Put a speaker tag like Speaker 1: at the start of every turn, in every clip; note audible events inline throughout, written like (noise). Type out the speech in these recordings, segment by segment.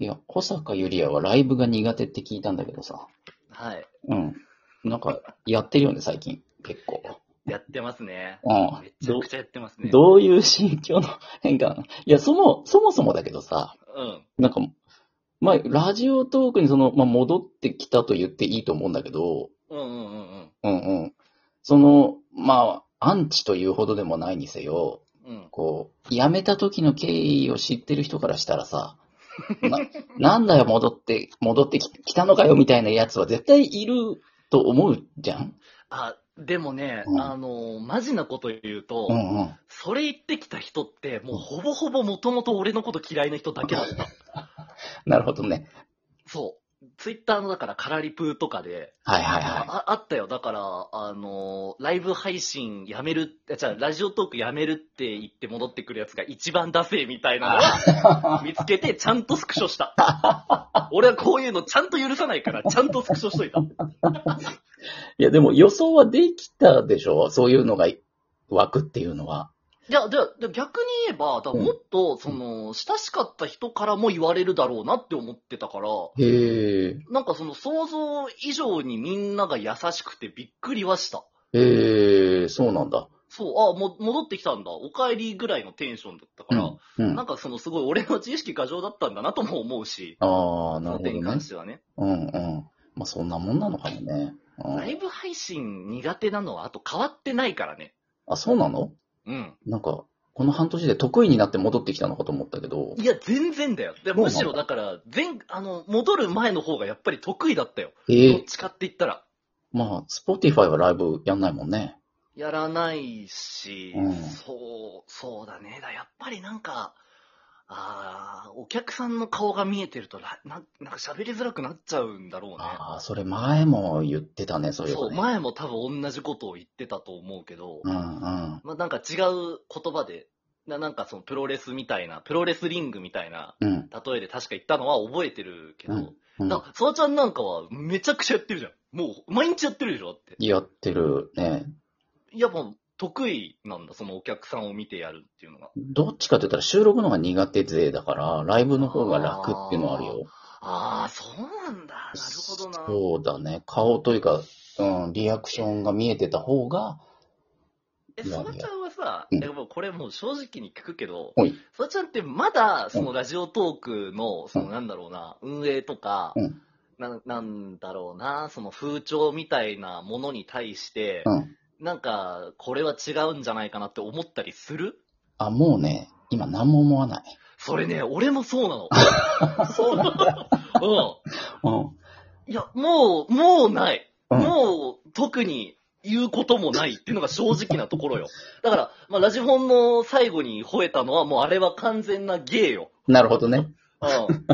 Speaker 1: いや、小坂ゆりやはライブが苦手って聞いたんだけどさ。
Speaker 2: はい。
Speaker 1: うん。なんか、やってるよね、最近。結構。
Speaker 2: やってますね。
Speaker 1: う
Speaker 2: め
Speaker 1: ん。
Speaker 2: ちゃ
Speaker 1: ど
Speaker 2: くちゃやってますね。
Speaker 1: どう (laughs) いう心境の変化なのいや、そも、そもそもだけどさ、
Speaker 2: うん。
Speaker 1: なんか、まあ、ラジオトークにその、まあ、戻ってきたと言っていいと思うんだけど、
Speaker 2: うんうんうん
Speaker 1: うんうん。その、まあ、アンチというほどでもないにせよ、
Speaker 2: うん。うん。
Speaker 1: こう、辞めた時の経緯を知ってる人からしたらさ、ななんだよ、戻って、戻ってききたのかよ、みたいなやつは絶対いると思うじゃん
Speaker 2: あ、でもね、
Speaker 1: うん
Speaker 2: あのー、マジなこと言うと、
Speaker 1: うんうん。
Speaker 2: それ言ってきた人って、もうほぼほぼもともと俺のこと嫌いな人だけだった。
Speaker 1: なるほどね。
Speaker 2: そう。ツイッターのだから、カラリプーとかで、
Speaker 1: はいはいは
Speaker 2: ああったよ。だから、あのー、ライブ配信やめる、じゃあ、ラジオトークやめるって言って戻ってくるやつが一番ダセえみたいなのは見つけて、ちゃんとスクショした。俺はこういうのちゃんと許さないから、ちゃんとスクショしといた。
Speaker 1: い。いや、でも予想はできたでしょそういうのが枠っていうのは。
Speaker 2: じゃあ、じゃあじゃあ逆に言えば、だからもっと、その、親しかった人からも言われるだろうなって思ってたから、
Speaker 1: へえ。
Speaker 2: なんかその想像以上にみんなが優しくてびっくりはした。
Speaker 1: へえ、そうなんだ。
Speaker 2: そう、あ、も、戻ってきたんだ。お帰りぐらいのテンションだったから、
Speaker 1: うん。
Speaker 2: なんかそのすごい俺の知識過剰だったんだなとも思うし、
Speaker 1: ああ、な
Speaker 2: その
Speaker 1: るほど
Speaker 2: 点に
Speaker 1: ね
Speaker 2: 関。してはね。
Speaker 1: うんうん。まあ、そんなもんなのかもね。う
Speaker 2: ラ
Speaker 1: ん、
Speaker 2: イブ配信苦手なのはあと変わってないからね。
Speaker 1: あ、そうなの
Speaker 2: うん。
Speaker 1: なんか、この半年で得意になって戻ってきたのかと思ったけど。
Speaker 2: いや、全然だよ。
Speaker 1: そ
Speaker 2: で
Speaker 1: うなん
Speaker 2: む
Speaker 1: だ
Speaker 2: しろだから、全、あの、戻る前の方がやっぱり得意だったよ。
Speaker 1: え
Speaker 2: どっ
Speaker 1: え、
Speaker 2: ちかって言ったら。
Speaker 1: まあ、スポティファイはライブやんないもんね。
Speaker 2: やらないし、
Speaker 1: うん
Speaker 2: そう、そうだね。だやっぱりなんか、ああ、お客さんの顔が見えてるとら、ななんか喋りづらくなっちゃうんだろうね。
Speaker 1: ああ、それ前も言ってたね、そういえ
Speaker 2: そ
Speaker 1: ば
Speaker 2: う、
Speaker 1: ね。
Speaker 2: 前も多分同じことを言ってたと思うけど、
Speaker 1: うんうん。
Speaker 2: まあ、なんか違う言葉で、ななんかそのプロレスみたいな、プロレスリングみたいな
Speaker 1: うん。
Speaker 2: 例えで確か言ったのは覚えてるけど、
Speaker 1: うん、
Speaker 2: だから、そわちゃんなんかはめちゃくちゃやってるじゃん。もう毎日やってるでしょだって。
Speaker 1: やってるね。
Speaker 2: やっぱ得意なんだ、そのお客さんを見てやるっていうのが。
Speaker 1: どっちかって言ったら収録の方が苦手勢だから、ライブの方が楽っていうのはあるよ。
Speaker 2: ああ、そうなんだ。なるほどな。
Speaker 1: そうだね。顔というか、うん、リアクションが見えてた方が、
Speaker 2: え、そわちゃんはさ、
Speaker 1: うん
Speaker 2: いやもうこれもう正直に聞くけど、
Speaker 1: おい。
Speaker 2: そわちゃんってまだ、そのラジオトークの、その
Speaker 1: うん
Speaker 2: なんだろうな、運営とか、
Speaker 1: うん
Speaker 2: ななんだろうな、その風潮みたいなものに対して、
Speaker 1: うん。
Speaker 2: なんか、これは違うんじゃないかなって思ったりする
Speaker 1: あ、もうね、今何も思わない。
Speaker 2: それね、俺もそうなの。
Speaker 1: (laughs) そうなんだ。
Speaker 2: う
Speaker 1: うん。
Speaker 2: ん。いや、もう、もうない。
Speaker 1: うん
Speaker 2: もう、特に言うこともないっていうのが正直なところよ。 (laughs) だから、まあ、ラジホンの最後に吠えたのは、もうあれは完全な芸よ。
Speaker 1: なるほどね。
Speaker 2: うん。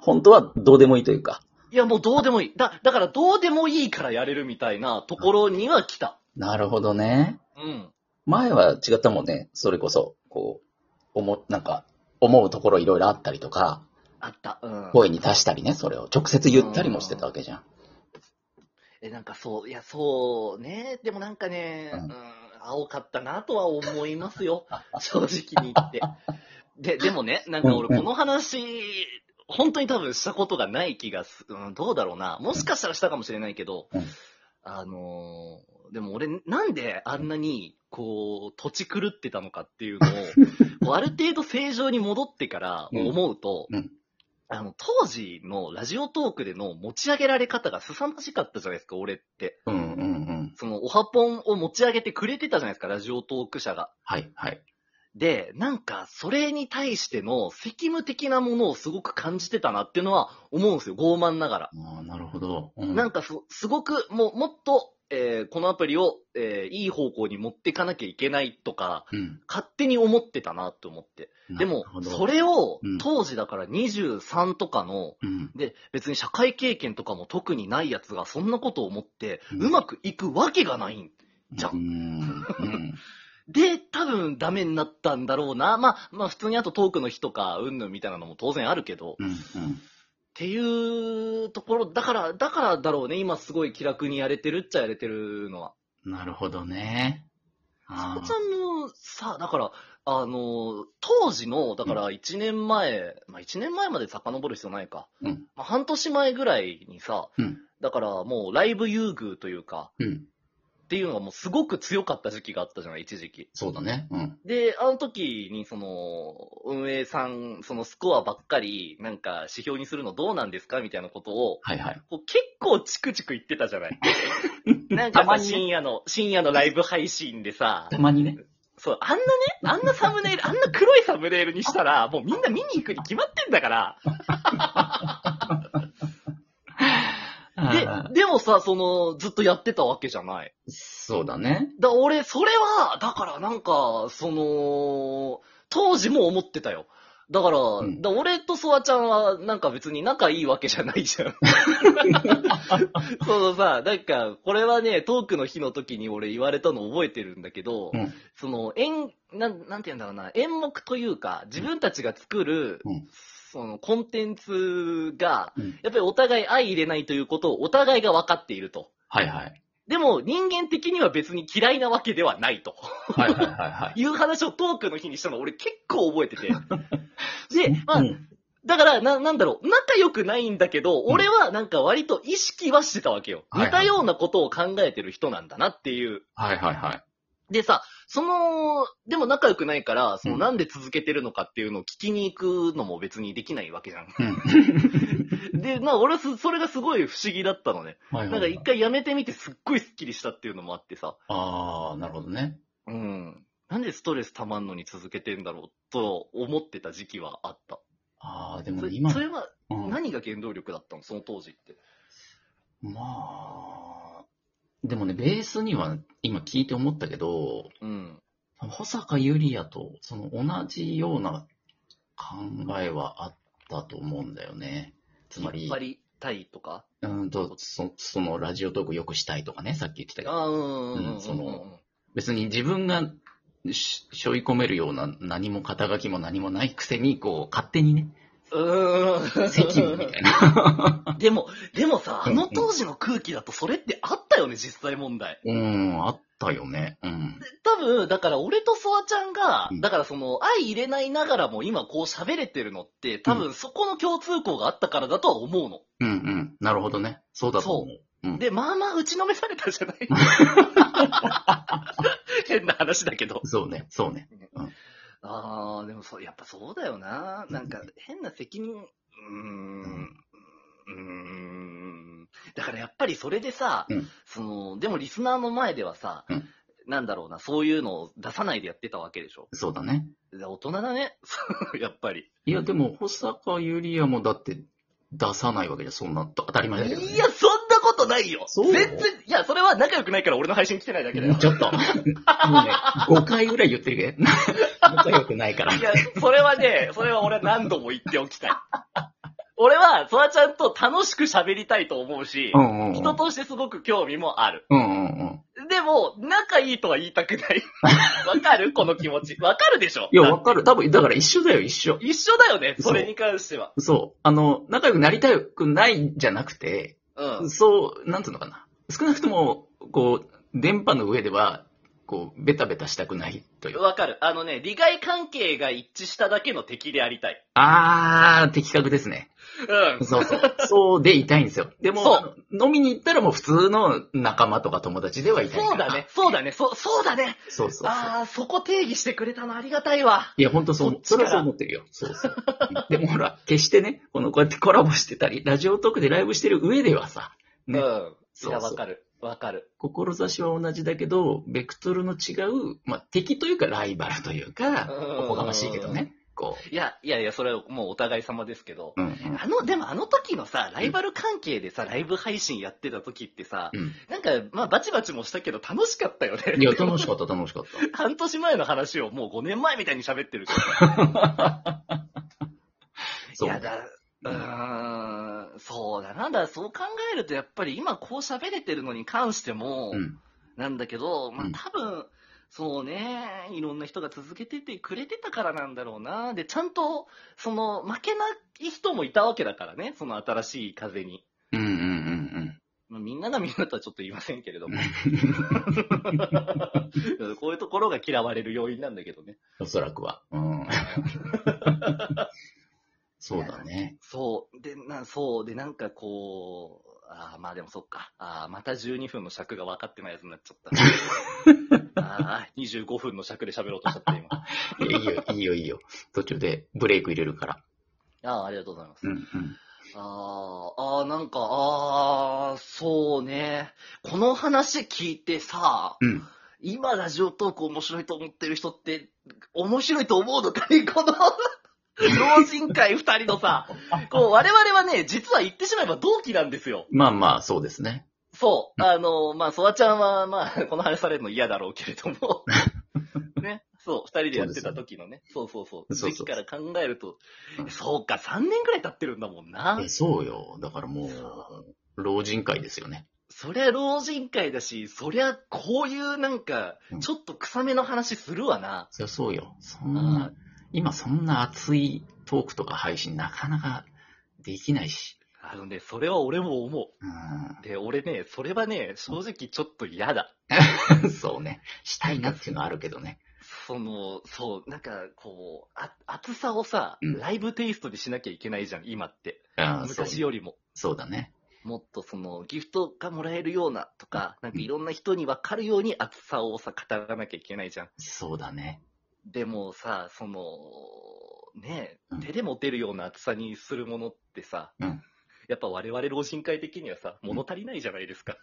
Speaker 1: 本当はどうでもいいというか。
Speaker 2: いや、もうどうでもいい。だ、だからどうでもいいからやれるみたいなところには来た。
Speaker 1: なるほどね。
Speaker 2: うん。
Speaker 1: 前は違ったもんね。それこそ、こう、思、なんか、思うところいろいろあったりとか、
Speaker 2: あった。うん。
Speaker 1: 声に出したりね、それを直接言ったりもしてたわけじゃん。
Speaker 2: え、なんかそう、いや、そうね。でもなんかね、う
Speaker 1: うんん、
Speaker 2: 青かったなとは思いますよ。正直に言って。で、でもね、なんか俺
Speaker 1: うんう
Speaker 2: こ
Speaker 1: ん
Speaker 2: の話、本当に多分したことがない気がす、うん、どうだろうな。もしかしたらしたかもしれないけど、
Speaker 1: うん
Speaker 2: あのーでも俺、なんであんなに、こう、土地狂ってたのかっていうのを、
Speaker 1: (laughs)
Speaker 2: こうある程度正常に戻ってから思うと、
Speaker 1: うんうん
Speaker 2: あの、当時のラジオトークでの持ち上げられ方が凄まじかったじゃないですか、俺って。
Speaker 1: うんうんうん。
Speaker 2: その、オハポンを持ち上げてくれてたじゃないですか、ラジオトーク社が。
Speaker 1: はい、はい。
Speaker 2: で、なんか、それに対しての責務的なものをすごく感じてたなっていうのは思うんですよ、傲慢ながら。
Speaker 1: ああ、なるほど。うん
Speaker 2: なんかそ、すごく、もう、もっと、えーこのアプリを、えーいい方向に持っていかなきゃいけないとか、
Speaker 1: うん。
Speaker 2: 勝手に思ってたなって思って。でも
Speaker 1: なるほ、ど
Speaker 2: そ、れを
Speaker 1: うん、
Speaker 2: 当時だから23とかの、
Speaker 1: うん。
Speaker 2: で、別に社会経験とかも特にないやつがそんなことを思って、
Speaker 1: うん
Speaker 2: うまくいくわけがないんじゃん
Speaker 1: うん。うん
Speaker 2: で、多分ダメになったんだろうな。まあ、まあ普通にあとトークの日とか、うんぬんみたいなのも当然あるけど、っ
Speaker 1: うん。 (laughs)
Speaker 2: ていうところ、だから、だからだろうね。今すごい気楽にやれてるっちゃやれてるのは。
Speaker 1: うんなるほどね。あ
Speaker 2: さこ
Speaker 1: あ
Speaker 2: ちゃんのさ、だから、あの、当時の、だから1年前、まあ1年前まで遡る必要ないか。
Speaker 1: うん
Speaker 2: まあ、半年前ぐらいにさ、
Speaker 1: うん
Speaker 2: だからもうライブ優遇というか、
Speaker 1: うん。
Speaker 2: っていうのがもうすごく強かった時期があったじゃない、一時期。
Speaker 1: そうだね。うん。
Speaker 2: で、あの時に、その、運営さん、そのスコアばっかり、なんか指標にするのどうなんですかみたいなことを、
Speaker 1: はいはい。
Speaker 2: こう結構チクチク言ってたじ
Speaker 1: (laughs)
Speaker 2: ゃない。なん
Speaker 1: たま
Speaker 2: か
Speaker 1: にね
Speaker 2: 深夜の、深夜のライブ配信でさ、
Speaker 1: たまにね。
Speaker 2: そう、あんなね、あんなサムネイル、あんな黒いサムネイルにしたら、もうみんな見に行くに決まってんだから。
Speaker 1: あー
Speaker 2: で、でもさ、その、ずっとやってたわけじゃない。
Speaker 1: そうだね。
Speaker 2: だ、俺、それは、だからなんか、その、当時も思ってたよ。だから、
Speaker 1: ん
Speaker 2: だ俺とソワちゃんは、なんか別に仲いいわけじゃな
Speaker 1: (laughs)
Speaker 2: いじゃん。 (laughs) そのさ、なんか、これはね、トークの日の時に俺言われたの覚えてるんだけど、
Speaker 1: うん
Speaker 2: その、演、なん、なんて言うんだろうな、演目というか、自分たちが作る、
Speaker 1: うん
Speaker 2: その、コンテンツが、
Speaker 1: うん
Speaker 2: やっぱりお互い相入れないということをお互いが分かっていると。
Speaker 1: はいはい。
Speaker 2: でも、人間的には別に嫌いなわけではない
Speaker 1: (laughs)
Speaker 2: と。
Speaker 1: はいはいはいはい。
Speaker 2: いう話をトークの日にしたの俺結構覚
Speaker 1: (laughs)
Speaker 2: えてて。 (laughs) で、ま
Speaker 1: う
Speaker 2: あ、
Speaker 1: ん
Speaker 2: だから、な、なんだろう、仲良くないんだけど、俺はなんか割と意識はしてたわけよ。
Speaker 1: はいはい
Speaker 2: 似たようなことを考えてる人なんだなっていう。
Speaker 1: はいはいはい。
Speaker 2: でさ、その、でも仲良くないから、その
Speaker 1: うん
Speaker 2: なんで続けてるのかっていうのを聞きに行くのも別にできないわけじゃん。
Speaker 1: うん
Speaker 2: (laughs) で、まあ俺はすそれがすごい不思議だったのね。
Speaker 1: はい
Speaker 2: な
Speaker 1: は
Speaker 2: んか
Speaker 1: い
Speaker 2: 一。回やめてみてすっごいスッキリしたっていうのもあってさ。
Speaker 1: ああ、なるほどね。
Speaker 2: うん。なんでストレス溜まんのに続けてんだろうと思ってた時期はあった。
Speaker 1: ああ、で
Speaker 2: そ
Speaker 1: も
Speaker 2: れ
Speaker 1: 今、
Speaker 2: それは
Speaker 1: うん
Speaker 2: 何が原動力だったのその当時って。
Speaker 1: まあ、でもね、ベースには今聞いて思ったけど、
Speaker 2: うん。
Speaker 1: 保坂ゆりやとその同じような考えはあったと思うんだよね。つま
Speaker 2: 引
Speaker 1: り
Speaker 2: っ張、りたいとか
Speaker 1: うんとそそのラジオトークよくしたいとかね、さっき言ってたけど、
Speaker 2: ああ、うんうんうんうんう
Speaker 1: うん
Speaker 2: ん。
Speaker 1: その別に自分がし背負い込めるような何も肩書きも何もないくせに、こう、勝手にね、
Speaker 2: うーん。
Speaker 1: 責務みた
Speaker 2: (laughs)
Speaker 1: いな。
Speaker 2: でも、でもさ、
Speaker 1: う
Speaker 2: あ
Speaker 1: んうん
Speaker 2: の当時の空気だとそれってあったよね、実際問題。
Speaker 1: うん、あったよね。うん。
Speaker 2: 多分、だから俺とソワちゃんが
Speaker 1: うん、
Speaker 2: だからその、愛入れないながらも今こう喋れてるのって、多分そこの共通項があったからだとは思うの。
Speaker 1: うんうん。なるほどね。そうだと思う。うん
Speaker 2: で、まあまあ打ちのめされた (laughs) じゃない変な話だけど。
Speaker 1: そうね、そうね。
Speaker 2: ああ、でもそう、やっぱそうだよな。なんか、変な責任、うーん、うーん。だからやっぱりそれでさ、
Speaker 1: うん
Speaker 2: その、でもリスナーの前ではさ、
Speaker 1: うん
Speaker 2: なんだろうな、そういうのを出さないでやってたわけでしょ。
Speaker 1: そうだね。
Speaker 2: で大人だね、 (laughs) そうやっぱり。
Speaker 1: いや、でも、保坂ゆりやもだって出さないわけじゃん、そんな、当たり
Speaker 2: い
Speaker 1: 前だけど、ね。
Speaker 2: や、そんなことないよ
Speaker 1: そう
Speaker 2: 全然、いや、それは仲良くないから俺の配信来てないだけだよ。
Speaker 1: ちょっと、 (laughs) もうね、5回ぐらい言ってるけど、仲良くないから
Speaker 2: い。や、それはね、それは俺は何度も言っておきたい。俺は、ソワちゃんと楽しく喋りたいと思うし、
Speaker 1: (laughs) うんうんうん。
Speaker 2: 人としてすごく興味もある。
Speaker 1: うんうんうん。
Speaker 2: でも、仲いいとは言いた
Speaker 1: (laughs)
Speaker 2: くない。わかるこの気持ち。わかるでしょ
Speaker 1: いや、わかる。多分、だから一緒だよ、一緒。
Speaker 2: 一緒だよね、それに関しては。
Speaker 1: そう。あの、仲良くなりたくないじゃなくて、
Speaker 2: うん。
Speaker 1: そう、なんていうのかな。少なくとも、こう、電波の上では、こう、ベタベタしたくないという。
Speaker 2: わかる。あのね、利害関係が一致しただけの敵でありたい。
Speaker 1: あー、的確ですね。
Speaker 2: うん。
Speaker 1: そうそう。そうでいたいんですよ。で
Speaker 2: そ
Speaker 1: も、
Speaker 2: う
Speaker 1: あの飲みに行ったらもう普通の仲間とか友達ではいたいから。
Speaker 2: そうだね、そうだね、そ、そうだね。
Speaker 1: そうそうそう。
Speaker 2: あー、そこ定義してくれたのありがたいわ。
Speaker 1: いや、本当そう
Speaker 2: こ、っち
Speaker 1: そ
Speaker 2: から
Speaker 1: れはそう思ってるよ。そうそう。でもほら、決してね、この、こうやってコラボしてたり、ラジオトークでライブしてる上ではさ、ね
Speaker 2: うん。い
Speaker 1: そうそ
Speaker 2: や、
Speaker 1: う
Speaker 2: わかる。わかる。
Speaker 1: 志は同じだけど、ベクトルの違う、まあ、敵というかライバルというか、おこがましいけどね、こ
Speaker 2: いや、いやいや、それはもうお互い様ですけど。
Speaker 1: う。うん、うん。
Speaker 2: あの、でもあの時のさ、ライバル関係でさ、ライブ配信やってた時ってさ、
Speaker 1: うん。
Speaker 2: なんか、まあ、バチバチもしたけど楽しかったよね。
Speaker 1: いや、楽しかった、楽しかった。
Speaker 2: (laughs) 半年前の話をもう5年前みたいに喋ってるけ
Speaker 1: そ (laughs) う
Speaker 2: ど。い
Speaker 1: ね、
Speaker 2: やだ、うーん、そうだな。だからそう考えると、やっぱり今こう喋れてるのに関しても
Speaker 1: う、ん。
Speaker 2: なんだけど、まあ
Speaker 1: うん
Speaker 2: 多分、そうね、いろんな人が続けててくれてたからなんだろうな。で、ちゃんと、その、負けない人もいたわけだからね、その新しい風に。
Speaker 1: うんうんうんうん。
Speaker 2: うんみんながみんなとはちょっと言いませんけれ
Speaker 1: (laughs)
Speaker 2: ども。こういうところが嫌われる要因なんだけどね。
Speaker 1: おそらくは。 (laughs) うん。そうだね。
Speaker 2: そう。で、な、そう。で、なんかこう、ああ、まあでもそっか。ああ、また12分の尺が分かってないやつになっちゃっ
Speaker 1: (laughs)
Speaker 2: た。ああ、25分の尺で喋ろうとしちゃった、今。あ
Speaker 1: いやいいよ、いいよ、いいよ。途中でブレイク入れるから。
Speaker 2: あ、ありがとうございます。
Speaker 1: うん、うん。
Speaker 2: ああ、ああ、なんか、ああ、そうね。この話聞いてさ、
Speaker 1: うん。
Speaker 2: 今ラジオトーク面白いと思ってる人って、面白いと思うのかね (laughs) この、老人会二人のさ、こう、我々はね、実は言ってしまえば同期なんですよ。
Speaker 1: まあまあ、そうですね。
Speaker 2: そう。あの、まあ、ソワちゃんは、まあ、この話されるの嫌だろうけれど (laughs) も、ね。そう、二人でやってた時のね。そうそうそう。
Speaker 1: そうそう
Speaker 2: 時から考えると
Speaker 1: う、ん
Speaker 2: そうか、3年くらい経ってるんだもんな
Speaker 1: え、。そうよ。だからもう、老人会ですよね。
Speaker 2: そりゃ老人会だし、そりゃこういうなんか
Speaker 1: うん、
Speaker 2: ちょっと臭めの話するわな。
Speaker 1: そりゃそうよ。そんな、今そんな熱いトークとか配信なかなかできないし。
Speaker 2: あのね、それは俺も思う。で、俺ね、それはね、正直ちょっと嫌だ。
Speaker 1: (laughs) うん。そうね。したいなっていうのはあるけどね。
Speaker 2: その、そう、なんかこう、あ厚さをさ、
Speaker 1: うん
Speaker 2: ライブテイストにしなきゃいけないじゃん、今って。
Speaker 1: ああ、そう
Speaker 2: 昔よりも。
Speaker 1: そうだね。
Speaker 2: もっとその、ギフトがもらえるようなとか、なんかいろんな人にわかるように厚さをさ、語らなきゃいけないじゃん。
Speaker 1: そうだね。
Speaker 2: でもさ、その、ね
Speaker 1: うん
Speaker 2: え、手で持てるような厚さにするものってさ、
Speaker 1: うん
Speaker 2: やっぱ我々老人会的にはさ、物足りないじゃないですか。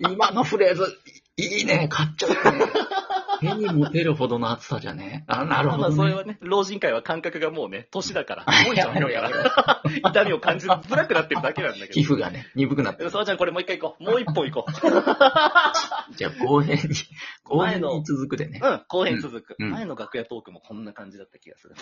Speaker 1: 今のフレーズ、いいね、買っちゃったね。手に持てるほどの厚さじゃね。あ、なる
Speaker 2: まあ
Speaker 1: ほ
Speaker 2: まあそ
Speaker 1: ど、
Speaker 2: れ
Speaker 1: ね。
Speaker 2: はね、老人会は感覚がもうね、年だから、
Speaker 1: あ
Speaker 2: 老いちゃうんだ
Speaker 1: やめろ
Speaker 2: から、 (laughs) 痛みを感じづらくなってるだけなんだけ
Speaker 1: (laughs) 皮
Speaker 2: ど。
Speaker 1: 膚がね、鈍くなってる。
Speaker 2: そわちゃんこれもう一回行こう。もう一
Speaker 1: (laughs)
Speaker 2: 本行こう。
Speaker 1: じゃあ、後編に、後編に続くでね。
Speaker 2: うん、後編続く。
Speaker 1: うんうん
Speaker 2: 前の楽屋トークもこんな感じだった気がする。